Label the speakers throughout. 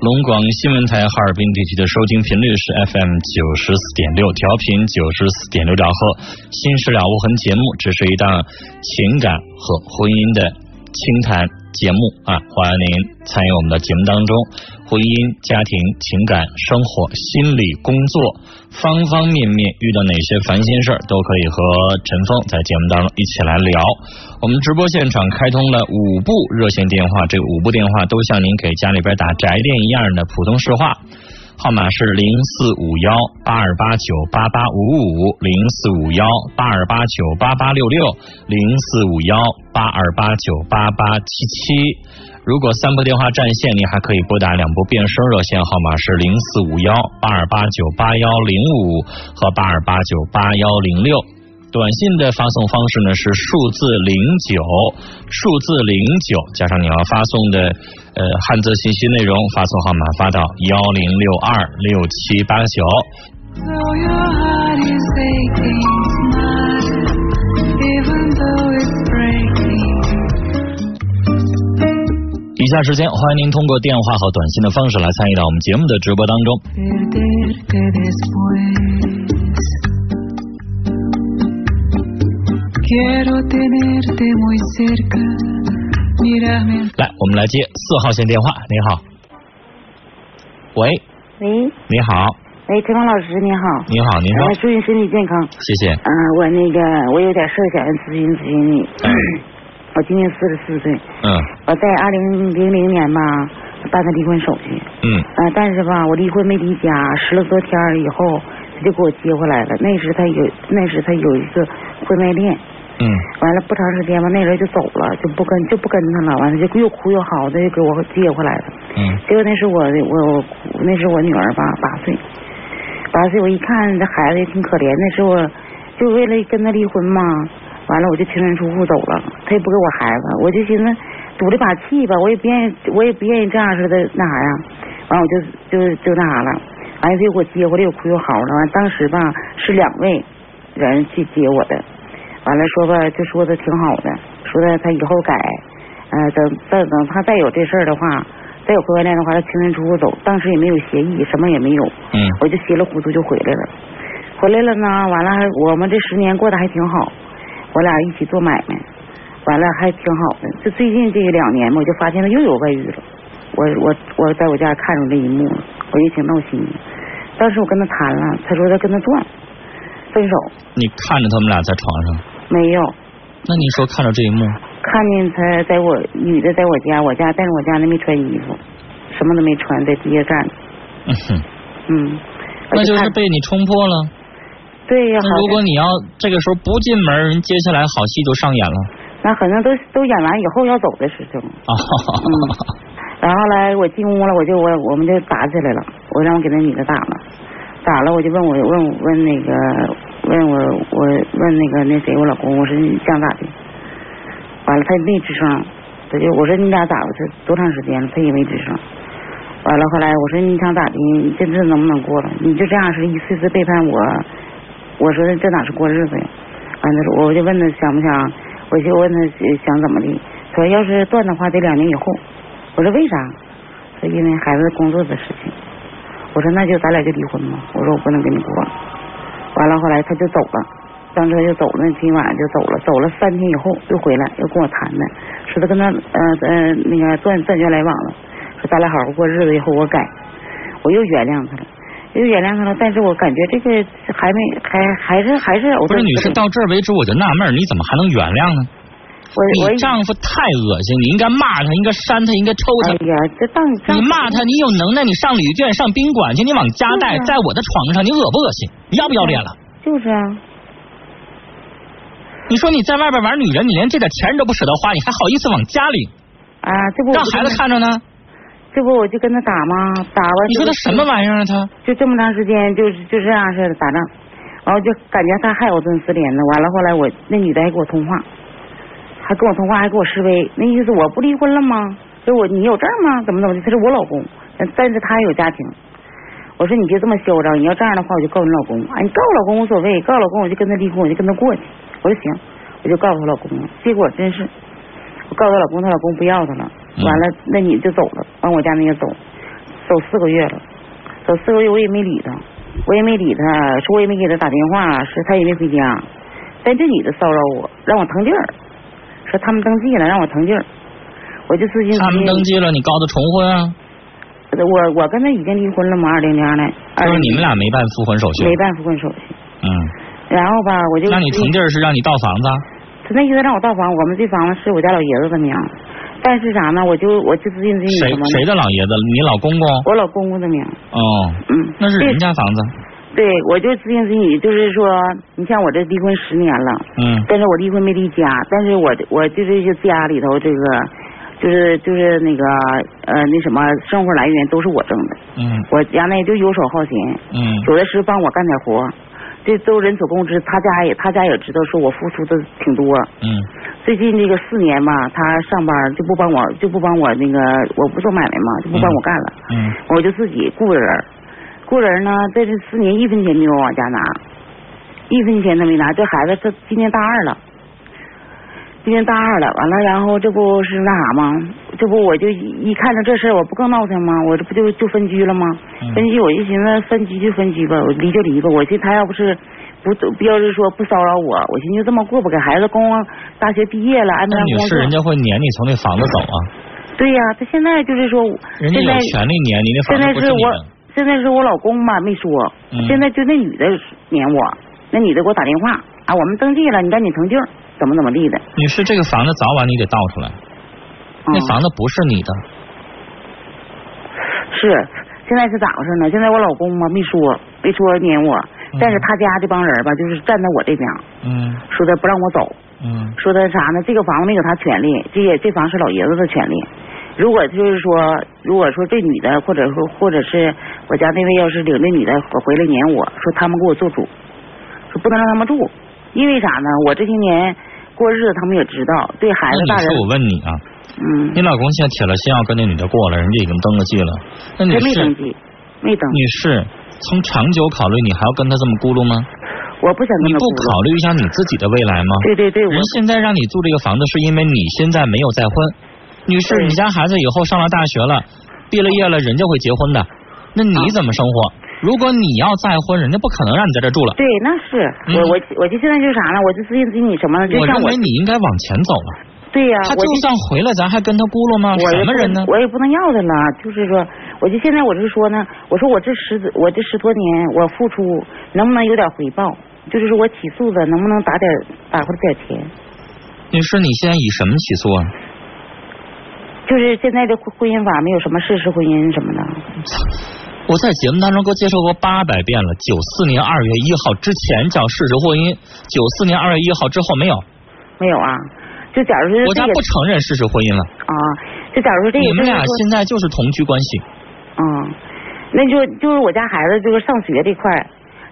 Speaker 1: 龙广新闻台哈尔滨地区的收听频率是 FM 九十四点六，调频九十四点六兆赫。《新事了无痕》节目只是一档情感和婚姻的清谈节目啊，欢迎您参与我们的节目当中，婚姻、家庭、情感、生活、心理、工作方方面面遇到哪些烦心事儿，都可以和陈峰在节目当中一起来聊。我们直播现场开通了五部热线电话，这五部电话都像您给家里边打宅电一样的普通市话，号码是零四五幺八二八九八八五五、零四五幺八二八九八八六六、零四五幺八二八九八八七七。如果三部电话占线，您还可以拨打两部变声热线号码是零四五幺八二八九八幺零五和八二八九八幺零六。短信的发送方式呢是数字零九，数字零九加上你要发送的呃汉字信息内容，发送号码发到幺零六二六七八九。
Speaker 2: Though your heart is aching, smile, even though it's breaking.
Speaker 1: 以下时间，欢迎您通过电话和短信的方式来参与到我们节目的直播当中。
Speaker 2: Perderte después. Quiero tenerte muy cerca, mirarme en
Speaker 1: 来，我们来接四号线电话。你好，喂，
Speaker 3: 喂，
Speaker 1: 你好，
Speaker 3: 喂，陈光老师，你好。
Speaker 1: 你好，您说，
Speaker 3: 呃祝你身体健康。
Speaker 1: 谢谢。
Speaker 3: 嗯、我那个我有点事儿想咨询咨询你。
Speaker 1: 哎
Speaker 3: 我今年四十四岁，
Speaker 1: 嗯
Speaker 3: 我在二零零零年吧办的离婚手续，
Speaker 1: 嗯
Speaker 3: 呃，但是吧，我离婚没离家，十来多天儿以后，他就给我接回来了。那时他有，那时他有一个婚外恋，
Speaker 1: 嗯
Speaker 3: 完了不长时间吧，那人就走了，就不跟就不跟他了，完了就又哭又嚎的，又给我接回来了。
Speaker 1: 嗯
Speaker 3: 结果那时我我我那时我女儿吧八岁，八岁我一看这孩子也挺可怜，那时我就为了跟他离婚嘛，完了我就清进出户走了，他也不给我孩子，我就寻思赌这把气吧，我也不愿意我也不愿意这样似的那啥呀，完了我就就就那啥了，完了他又给我接回来又哭又嚎了，完了当时吧是两位人去接我的，完了说吧就说的挺好的，说的他以后改，呃等再等他再有这事儿的话。再有婚外恋的话，他清进出户走，当时也没有协议，什么也没有，
Speaker 1: 嗯
Speaker 3: 我就稀里糊涂就回来了。回来了呢，完了还我们这十年过得还挺好，我俩一起做买卖，完了还挺好的。就最近这两年嘛，我就发现他又有外遇了。我我我在我家看着这一幕了，我也挺闹心的。当时我跟他谈了，他说他跟他断，分手
Speaker 1: 你看着他们俩在床上，
Speaker 3: 没有。
Speaker 1: 那你说看着这一幕，
Speaker 3: 看见他在我女的在我家，我家但是我家那没穿衣服，什么都没穿，在地下站着。
Speaker 1: 嗯哼，
Speaker 3: 嗯，我
Speaker 1: 那就
Speaker 3: 看
Speaker 1: 是被你冲破了。
Speaker 3: 对呀、好
Speaker 1: 那如
Speaker 3: 像
Speaker 1: 果你要这个时候不进门，人接下来好戏就上演了
Speaker 3: 那可能都都演完以后要走的事情。
Speaker 1: 啊。哈哈
Speaker 3: 嗯，然后后来我进屋了，我就我我们就打起来了，我让我给那女的打了，打了我就问我问问那个问我我问那个那谁我老公，我说你想咋的？完了他也没吱声，他就我说你俩打过去多长时间了？他也没吱声。完了后来我说你想咋的？你这日子能不能过了？你就这样是一次次背叛我，我说这哪是过日子呀？完了他说我就问他想不想，我就问他想怎么的？他说要是断的话得两年以后。我说为啥？他说因为孩子工作的事情。我说那就咱俩就离婚吧。我说我不能跟你过了。完了后来他就走了，当时他就走了，那天晚上就走了，走了三天以后又回来又跟我谈的，说他跟他呃呃那个断断绝来往了，说咱俩好好过日子以后我改，我又原谅他了。又原谅他了，但是我感觉这个还没还还是还是 我
Speaker 1: 不是女士，
Speaker 3: 我
Speaker 1: 到这儿为止我就纳闷儿，你怎么还能原谅呢？
Speaker 3: 我
Speaker 1: 你丈夫太恶心，你应该骂他，应该扇他，应该抽
Speaker 3: 哎
Speaker 1: 他。
Speaker 3: 呀，这当当
Speaker 1: 你骂他，你有能耐，你上旅店、上宾馆去，你往家带，
Speaker 3: 对啊
Speaker 1: 在我的床上，你恶不恶心？你要不要脸了？
Speaker 3: 就是啊，
Speaker 1: 你说你在外边玩女人，你连这点钱都不舍得花，你还好意思往家里
Speaker 3: 啊，这不我
Speaker 1: 让
Speaker 3: 就
Speaker 1: 孩子
Speaker 3: 跟
Speaker 1: 看着呢？
Speaker 3: 这不我就跟他打吗？打完
Speaker 1: 你说他什么玩意儿啊？他
Speaker 3: 就这么长时间，就是就这样似的打仗，然后就感觉他还有顿失联呢。完了后来我那女的还给我通话，还跟我通话，还给我示威，那意思我不离婚了吗？就我你有证吗？怎么怎么的？他是我老公，但是他也有家庭。我说你别这么嚣张，你要这样的话我就告你老公。哎，你告我老公无所谓，告我老公我就跟他离婚，我就跟他过去。我说行，我就告诉我老公了。结果真是，我告诉我老公，他老公不要他了。
Speaker 1: 嗯
Speaker 3: 完了，那女的就走了，完我家那个走，走走四个月了，走四个月我也没理他，我也没理他，说我也没给他打电话，说他也没回家。但这女的骚扰我，让我腾劲儿，说他们登记了，让我腾劲儿，我就自信。
Speaker 1: 他们登记了，你告他重婚啊？
Speaker 3: 我我跟他已经离婚了嘛，二零零二年。
Speaker 1: 就是你们俩没办复婚手续。
Speaker 3: 哎没办复婚手续。
Speaker 1: 嗯，
Speaker 3: 然后吧，我就
Speaker 1: 那你腾劲儿是让你倒房子啊？
Speaker 3: 他那意思让我到房，我们这房子是我家老爷子他名，但是啥呢，我就我就自信自己
Speaker 1: 谁
Speaker 3: 什么呢
Speaker 1: 谁的老爷子？你老公公？
Speaker 3: 我老公公的名，
Speaker 1: 哦，
Speaker 3: 嗯，
Speaker 1: 那是人家房子。
Speaker 3: 对，对我就自言自语，就是说，你像我这离婚十年了，
Speaker 1: 嗯
Speaker 3: 但是我离婚没离家，但是我我就是就家里头这个，就是就是那个呃那什么生活来源都是我挣的，
Speaker 1: 嗯
Speaker 3: 我家那就游手好闲，
Speaker 1: 嗯
Speaker 3: 有的时候帮我干点活，这都人所共知，他家也他家也知道说我付出的挺多，
Speaker 1: 嗯
Speaker 3: 最近这个四年嘛，他上班就不帮我，就不帮我那个，我不做买卖嘛，就不帮我干了，
Speaker 1: 嗯
Speaker 3: 我就自己雇人儿，雇人儿呢，在这四年一分钱没有往家拿，一分钱都没拿。这孩子他今年大二了，今年大二了，完了，然后这不是那啥吗？这不我就一一看着这事儿，我不更闹腾吗？我这不就就分居了吗？
Speaker 1: 嗯
Speaker 3: 分居我就寻思分居就分居吧，我离就离吧。我寻思他要不是不不要是说不骚扰我，我寻思就这么过吧，给孩子供大学毕业了，安排
Speaker 1: 那
Speaker 3: 上
Speaker 1: 女
Speaker 3: 工
Speaker 1: 士，
Speaker 3: 作。
Speaker 1: 人家会撵你从那房子走啊？
Speaker 3: 对呀、他现在就是说，
Speaker 1: 人家
Speaker 3: 现在
Speaker 1: 有权利撵你，那
Speaker 3: 现
Speaker 1: 房
Speaker 3: 在
Speaker 1: 子不
Speaker 3: 是
Speaker 1: 是你
Speaker 3: 我
Speaker 1: 的。，
Speaker 3: 现在是我老公吧，没说。
Speaker 1: 嗯
Speaker 3: 现在就那女的撵我，那女的给我打电话啊，我们登记了，你赶紧腾劲儿，怎么怎么地的。
Speaker 1: 女士，这个房子早晚你得倒出来，
Speaker 3: 嗯、
Speaker 1: 那房子不是你的。
Speaker 3: 是，现在是咋回事呢？现在我老公嘛没说，没说撵我，但是他家这帮人吧，就是站在我这边，
Speaker 1: 嗯
Speaker 3: 说的不让我走，
Speaker 1: 嗯
Speaker 3: 说的啥呢？这个房子没有他权利，这也这房是老爷子的权利。如果就是说，如果说这女的，或者说或者是我家那位，要是领这女的回来撵我说他们给我做主，说不能让他们住，因为啥呢？我这些年过日子，他们也知道，对孩子
Speaker 1: 那
Speaker 3: 大
Speaker 1: 女士
Speaker 3: 人，，
Speaker 1: 我问你啊，
Speaker 3: 嗯
Speaker 1: 你，老公现在铁了心要跟那女的过了，人家已经登了记了。那女
Speaker 3: 他没
Speaker 1: 士，
Speaker 3: 登记，没登，
Speaker 1: 女士，从长久考虑，你还要跟他这么咕噜吗？
Speaker 3: 我不想
Speaker 1: 你
Speaker 3: 跟他
Speaker 1: 不
Speaker 3: 过了
Speaker 1: 考虑一下你自己的未来吗？
Speaker 3: 对对对，我
Speaker 1: 人现在让你住这个房子，是因为你现在没有再婚。女士，
Speaker 3: 对
Speaker 1: 你家孩子以后上了大学了，毕了业了，人家会结婚的。那
Speaker 3: 啊
Speaker 1: 你怎么生活？如果你要再婚，人家不可能让你在这住了。
Speaker 3: 对那是
Speaker 1: 嗯
Speaker 3: 我我我就现在就是啥呢？我就自信自己什么呢？就
Speaker 1: 我
Speaker 3: 像
Speaker 1: 认
Speaker 3: 我
Speaker 1: 为你应该往前走了。
Speaker 3: 对呀、
Speaker 1: 他
Speaker 3: 我
Speaker 1: 就
Speaker 3: 就
Speaker 1: 算回来，咱还跟他咕噜吗？
Speaker 3: 我
Speaker 1: 啊什
Speaker 3: 也不
Speaker 1: 么人呢？
Speaker 3: 我也不能要他了，就是说，我就现在我是说呢，我说我这十我这十多年我付出能不能有点回报？就是说我起诉的能不能打点打回点钱？
Speaker 1: 女士，你现在以什么起诉啊？
Speaker 3: 就是现在的婚婚姻法没有什么事实婚姻什么的，
Speaker 1: 我在节目当中都介绍过八百遍了。九四年二月一号之前叫事实婚姻，九四年二月一号之后没有。
Speaker 3: 没有啊。就假如说
Speaker 1: 国家
Speaker 3: 这个
Speaker 1: 不承认事实婚姻了。
Speaker 3: 啊，就假如说这个
Speaker 1: 你们
Speaker 3: 就是
Speaker 1: 俩
Speaker 3: 说
Speaker 1: 现在就是同居关系。
Speaker 3: 嗯，那就就是我家孩子就是上学这块儿，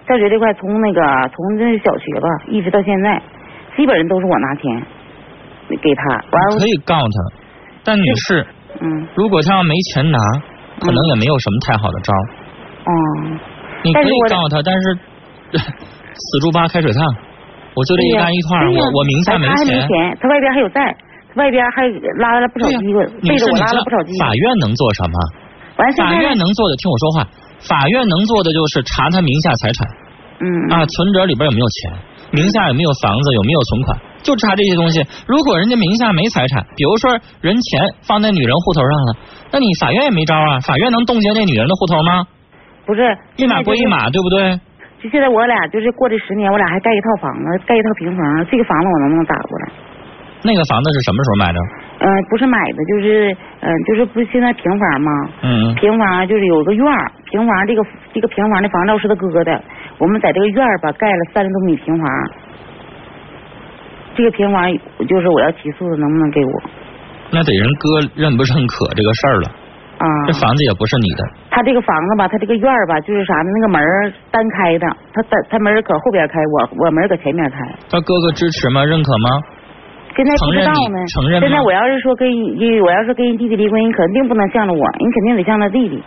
Speaker 3: 上学这块儿从那个从那小学吧一直到现在，基本上都是我拿钱给他，完了
Speaker 1: 可以告他，但女士，
Speaker 3: 嗯
Speaker 1: 如果他要没钱拿，可能也没有什么太好的招儿。
Speaker 3: 嗯
Speaker 1: 你可
Speaker 3: 但是
Speaker 1: 以
Speaker 3: 我
Speaker 1: 告他，但 是死猪八开水烫，我就这
Speaker 3: 对
Speaker 1: 一
Speaker 3: 呀
Speaker 1: 干一块儿，
Speaker 3: 对呀
Speaker 1: 我我名下
Speaker 3: 哎
Speaker 1: 没
Speaker 3: 他还
Speaker 1: 钱
Speaker 3: 没。钱，他外边还有债，他外边还拉了不少
Speaker 1: 对呀
Speaker 3: 鸡巴，背
Speaker 1: 女士，你
Speaker 3: 着我
Speaker 1: 知
Speaker 3: 拉
Speaker 1: 道
Speaker 3: 了不少鸡巴
Speaker 1: 法。院能做什么？
Speaker 3: 完现
Speaker 1: 法
Speaker 3: 在
Speaker 1: 院能做的，听我说话。法院能做的就是查他名下财产
Speaker 3: 嗯
Speaker 1: 啊，存折里边有没有钱，名下有没有房子，有没有存款，就查这些东西。如果人家名下没财产，比如说人钱放在女人户头上了，那你法院也没招啊。法院能冻结那女人的户头吗？
Speaker 3: 不是
Speaker 1: 一码归一。码，对不对？
Speaker 3: 就现在我俩就是过这十年，我俩还盖一套房子，盖一套平房，这个房子我能不能打过来？
Speaker 1: 那个房子是什么时候买的？
Speaker 3: 嗯、不是买的，就是嗯、呃就是不是现在平房吗？
Speaker 1: 嗯
Speaker 3: 平房就是有个院儿，平房这个这个平房的房照是他哥的，我们在这个院儿吧盖了三十多米平房，这个平房就是我要起诉的，能不能给我
Speaker 1: 那得人哥认不认可这个事儿了。
Speaker 3: 啊？
Speaker 1: 这房子也不是你的，
Speaker 3: 他这个房子吧，他这个院儿吧，就是啥呢？那个门儿单开的，他单他门儿搁后边开，我我门儿搁前面开。
Speaker 1: 他哥哥支持吗？认可吗？
Speaker 3: 现在不知道呢。
Speaker 1: 承认你承认吗
Speaker 3: 现在我要是说跟你，我要是跟人弟弟离婚，你肯定不能向着我，你肯定得向着弟弟。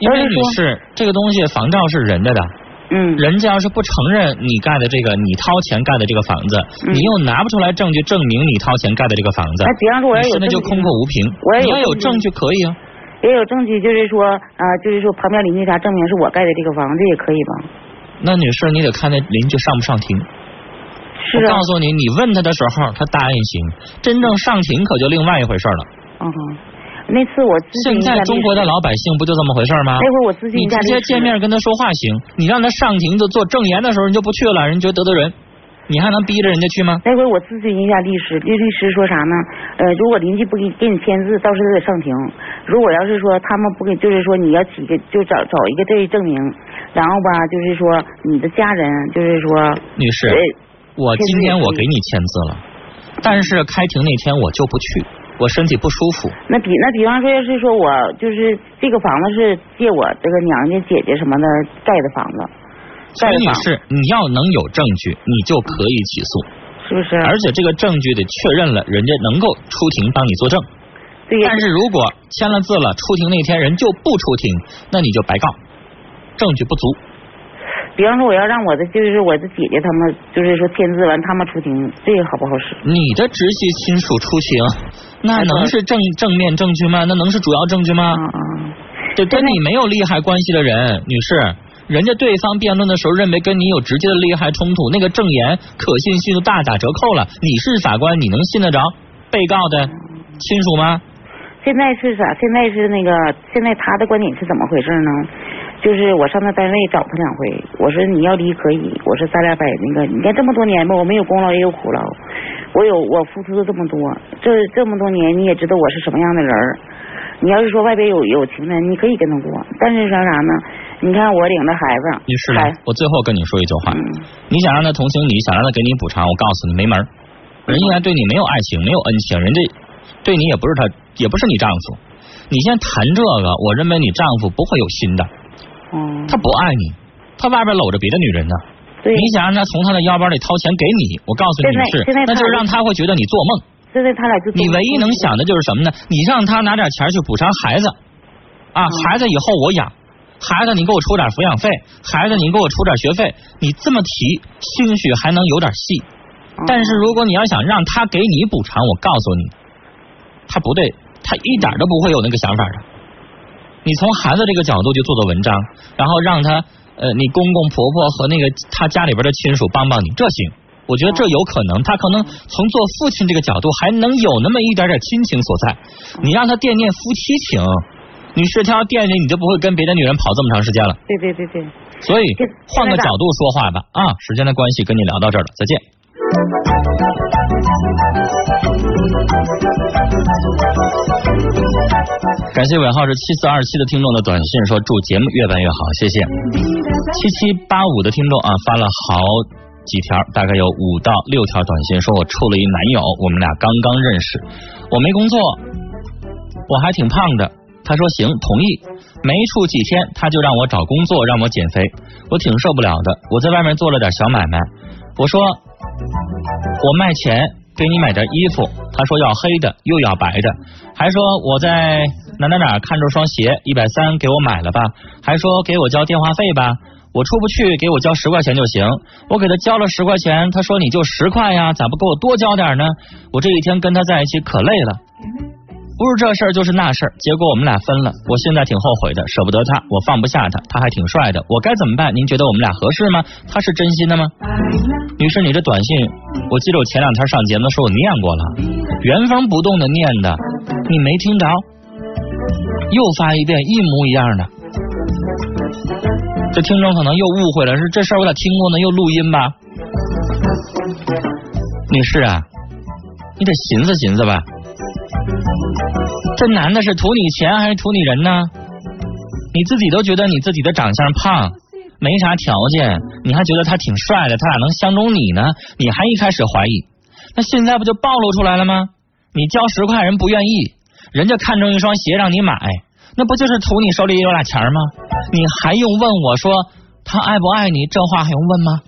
Speaker 1: 因为
Speaker 3: 要是
Speaker 1: 女
Speaker 3: 说
Speaker 1: 士，这个东西房照是人家的，
Speaker 3: 嗯，
Speaker 1: 人家要是不承认你盖的这个，你掏钱盖的这个房子，
Speaker 3: 嗯哎
Speaker 1: 你又拿不出来证据证明你掏钱盖的这个房子，
Speaker 3: 那比方说我要
Speaker 1: 你
Speaker 3: 有
Speaker 1: 现在就
Speaker 3: 证据
Speaker 1: 空
Speaker 3: 啊
Speaker 1: 口无凭
Speaker 3: 我。也
Speaker 1: 你
Speaker 3: 有
Speaker 1: 要有
Speaker 3: 证据
Speaker 1: 证据可以啊，
Speaker 3: 也有证据，就是说啊、就是说旁边邻居啥证明是我盖的这个房子也可以吧？
Speaker 1: 那女士，你得看那邻居上不上庭。
Speaker 3: 是
Speaker 1: 我
Speaker 3: 啊
Speaker 1: 告，诉你，你问他的时候，他答应行；真正上庭可就另外一回事了。
Speaker 3: 嗯，那次我咨
Speaker 1: 现
Speaker 3: 询一下
Speaker 1: 在
Speaker 3: 律
Speaker 1: 中国的
Speaker 3: 师
Speaker 1: 老百姓不就这么回事吗？
Speaker 3: 那会儿我咨询
Speaker 1: 你
Speaker 3: 一下
Speaker 1: 直
Speaker 3: 律
Speaker 1: 接
Speaker 3: 师，
Speaker 1: 见面跟他说话行，你让他上庭就做证言的时候，你就不去了，人觉得得罪人，你还能逼着人家去吗？
Speaker 3: 那回我咨询一下律师，律律师说啥呢？呃，如果邻居不给给你签字，到时候得上庭。如果要是说他们不给，就是说你要起个就找找一个这一证明，然后吧，就是说你的家人，就是说，
Speaker 1: 女士，
Speaker 3: 呃，
Speaker 1: 我
Speaker 3: 确实
Speaker 1: 今天
Speaker 3: 也
Speaker 1: 我
Speaker 3: 是
Speaker 1: 给你签字了，但是开庭那天我就不去，我身体不舒服。
Speaker 3: 那比那比方说，要是说我就是这个房子是借我这个娘家姐姐什么的盖的房子，
Speaker 1: 所以
Speaker 3: 盖的
Speaker 1: 女
Speaker 3: 房子
Speaker 1: 士，你要能有证据，你就可以起诉，
Speaker 3: 是不是？
Speaker 1: 而且这个证据得确认了，人家能够出庭帮你作证。
Speaker 3: 对呀
Speaker 1: 但，是如果签了字了，出庭那天人就不出庭，那你就白告，证据不足。
Speaker 3: 比方说我要让我的就是我的姐姐他们就是说签字完他们出庭，这个好不好使？
Speaker 1: 你的直系亲属出庭，那能是正正面证据吗？那能是主要证据吗
Speaker 3: 啊？啊。
Speaker 1: 这跟你没有利害关系的人，女士，人家对方辩论的时候认为跟你有直接的利害冲突，那个证言可信性就大打折扣了。你是法官，你能信得着被告的亲属吗？
Speaker 3: 现在是啥？现在是那个，现在他的观点是怎么回事呢？就是我上他单位找他两回，我说你要离可以，我说咱俩把那个，你看这么多年吧，我没有功劳也有苦劳，我有我付出了这么多，这这么多年你也知道我是什么样的人儿。你要是说外边有有情人，你可以跟他过，但是啥啥呢？你看我领着孩子，
Speaker 1: 女士
Speaker 3: 孩，
Speaker 1: 我最后跟你说一句话，
Speaker 3: 嗯，
Speaker 1: 你想让他同情你，想让他给你补偿，我告诉你没门儿。人家对你没有爱情，没有恩情，人家对你也不是他，也不是你丈夫。你先谈这个，我认为你丈夫不会有心的，
Speaker 3: 嗯，
Speaker 1: 他不爱你，他外边搂着别的女人呢。
Speaker 3: 对，
Speaker 1: 你想让他从他的腰包里掏钱给你，我告诉你
Speaker 3: 现在
Speaker 1: 女士
Speaker 3: 现在，
Speaker 1: 那
Speaker 3: 他
Speaker 1: 就是让他会觉得你做梦。
Speaker 3: 现在他俩就
Speaker 1: 你唯一能想的就是什么呢？你让他拿点钱去补偿孩子，啊，
Speaker 3: 嗯
Speaker 1: 孩子以后我养，孩子你给我出点抚养费，孩子你给我出点学费，你这么提，兴许还能有点戏。
Speaker 3: 嗯
Speaker 1: 但是如果你要想让他给你补偿，我告诉你，他不对，他一点都不会有那个想法的。你从孩子这个角度去做做文章，然后让他呃，你公公婆婆和那个他家里边的亲属帮帮你，这行。我觉得这有可能，他可能从做父亲这个角度还能有那么一点点亲情所在。你让他惦念夫妻情，女士，他要惦念你就不会跟别的女人跑这么长时间了。
Speaker 3: 对对对对。
Speaker 1: 所以
Speaker 3: 现
Speaker 1: 换个
Speaker 3: 现在
Speaker 1: 角
Speaker 3: 吧
Speaker 1: 度说话吧啊！时间的关系，跟你聊到这儿了，再见。感谢尾号是七四二七的听众的短信说祝节目越办越好，谢谢。七七八五的听众啊发了好几条，大概有五到六条短信，说我处了一男友，我们俩刚刚认识，我没工作，我还挺胖的。他说行，同意。没处几天，他就让我找工作，让我减肥，我挺受不了的。我在外面做了点小买卖，我说我卖钱给你买件衣服，他说要黑的又要白的，还说我在哪哪哪看中双鞋，一百三给我买了吧，还说给我交电话费吧。我出不去，给我交十块钱就行。我给他交了十块钱，他说你就十块呀，咋不给我多交点呢？我这一天跟他在一起可累了，不是这事儿就是那事儿，结果我们俩分了。我现在挺后悔的，舍不得他，我放不下他，他还挺帅的，我该怎么办？您觉得我们俩合适吗？他是真心的吗？女士，你这短信，我记得我前两天上节目的时候我念过了，原封不动的念的，你没听着？又发一遍一模一样的，这听众可能又误会了，是这事儿我咋听过呢？又录音吧？女士啊，你得寻思寻思吧。这男的是图你钱还是图你人呢？你自己都觉得你自己的长相胖，没啥条件，你还觉得他挺帅的，他咋能相中你呢？你还一开始怀疑，那现在不就暴露出来了吗？你交十块人不愿意，人家看中一双鞋让你买，那不就是图你手里有俩钱儿吗？你还用问我说他爱不爱你？这话还用问吗？